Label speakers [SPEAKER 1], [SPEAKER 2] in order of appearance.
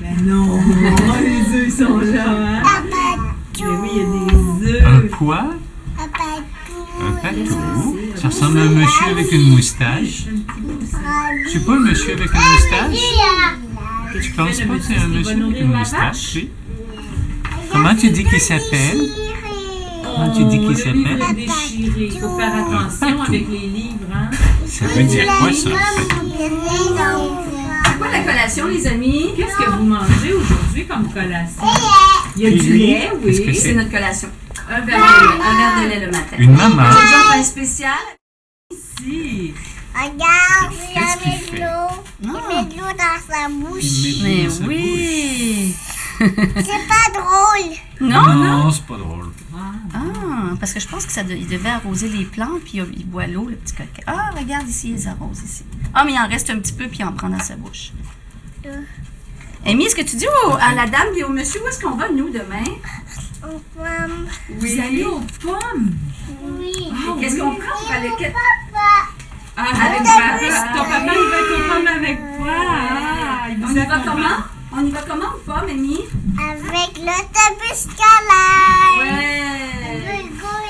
[SPEAKER 1] Mais non, non, les œufs, ils sont là, hein? Mais oui, il y a des
[SPEAKER 2] Un
[SPEAKER 1] œufs.
[SPEAKER 2] poids, un patou. Ça ressemble à un monsieur avec une moustache. C'est pas un monsieur avec une moustache? Tu penses pas que c'est un monsieur avec une moustache? oui? Comment tu dis qu'il s'appelle? Comment tu
[SPEAKER 1] Oh,
[SPEAKER 2] dis qu'il
[SPEAKER 1] le livre
[SPEAKER 2] s'appelle?
[SPEAKER 1] est déchiré. Il faut faire attention
[SPEAKER 2] Patou.
[SPEAKER 1] avec les livres, hein?
[SPEAKER 2] Ça veut dire quoi ça?
[SPEAKER 1] C'est quoi la collation, les amis? Qu'est-ce que vous mangez aujourd'hui comme collation? Il y a
[SPEAKER 2] Du
[SPEAKER 1] du
[SPEAKER 2] lait?
[SPEAKER 1] lait,
[SPEAKER 2] Qu'est-ce que
[SPEAKER 1] oui.
[SPEAKER 2] c'est?
[SPEAKER 3] C'est notre collation.
[SPEAKER 1] Un
[SPEAKER 3] Un
[SPEAKER 1] verre de lait.
[SPEAKER 3] verre de lait le matin.
[SPEAKER 2] Une maman.
[SPEAKER 3] Aujourd'hui, on fait un spécial.
[SPEAKER 1] Si.
[SPEAKER 4] Regarde, il
[SPEAKER 2] Qu'est-ce qu'il
[SPEAKER 4] met de
[SPEAKER 2] fait?
[SPEAKER 4] l'eau. Il met de l'eau dans sa bouche.
[SPEAKER 2] Il met de l'eau dans sa
[SPEAKER 3] oui.
[SPEAKER 2] Mm.
[SPEAKER 4] C'est pas drôle.
[SPEAKER 2] bouche.
[SPEAKER 3] Non?
[SPEAKER 2] Non, c'est pas drôle.
[SPEAKER 3] Ah, parce que je pense que ça de- il devait arroser les plantes, puis il boit l'eau, le petit coquin. Ah, regarde ici, ils arrosent ici. Ah, mais il en reste un petit peu, puis il en prend dans sa bouche.
[SPEAKER 4] Euh.
[SPEAKER 3] Amy, est-ce que tu dis au- à la dame et au monsieur où est-ce qu'on va, nous, demain?
[SPEAKER 4] On prend-
[SPEAKER 1] Vous allez aux pommes.
[SPEAKER 4] Oui.
[SPEAKER 3] Qu'est-ce qu'on prend pour aller... que-
[SPEAKER 4] Papa.
[SPEAKER 1] Ah, avec papa. Ton papa, il va aux pommes avec toi. Ah, il
[SPEAKER 3] On
[SPEAKER 1] vous
[SPEAKER 3] y va
[SPEAKER 1] accompagne.
[SPEAKER 3] comment? On y va comment ou pas, Amy?
[SPEAKER 4] Avec l'autobus scolaire.
[SPEAKER 3] Ouais!
[SPEAKER 4] Gouille, gouille.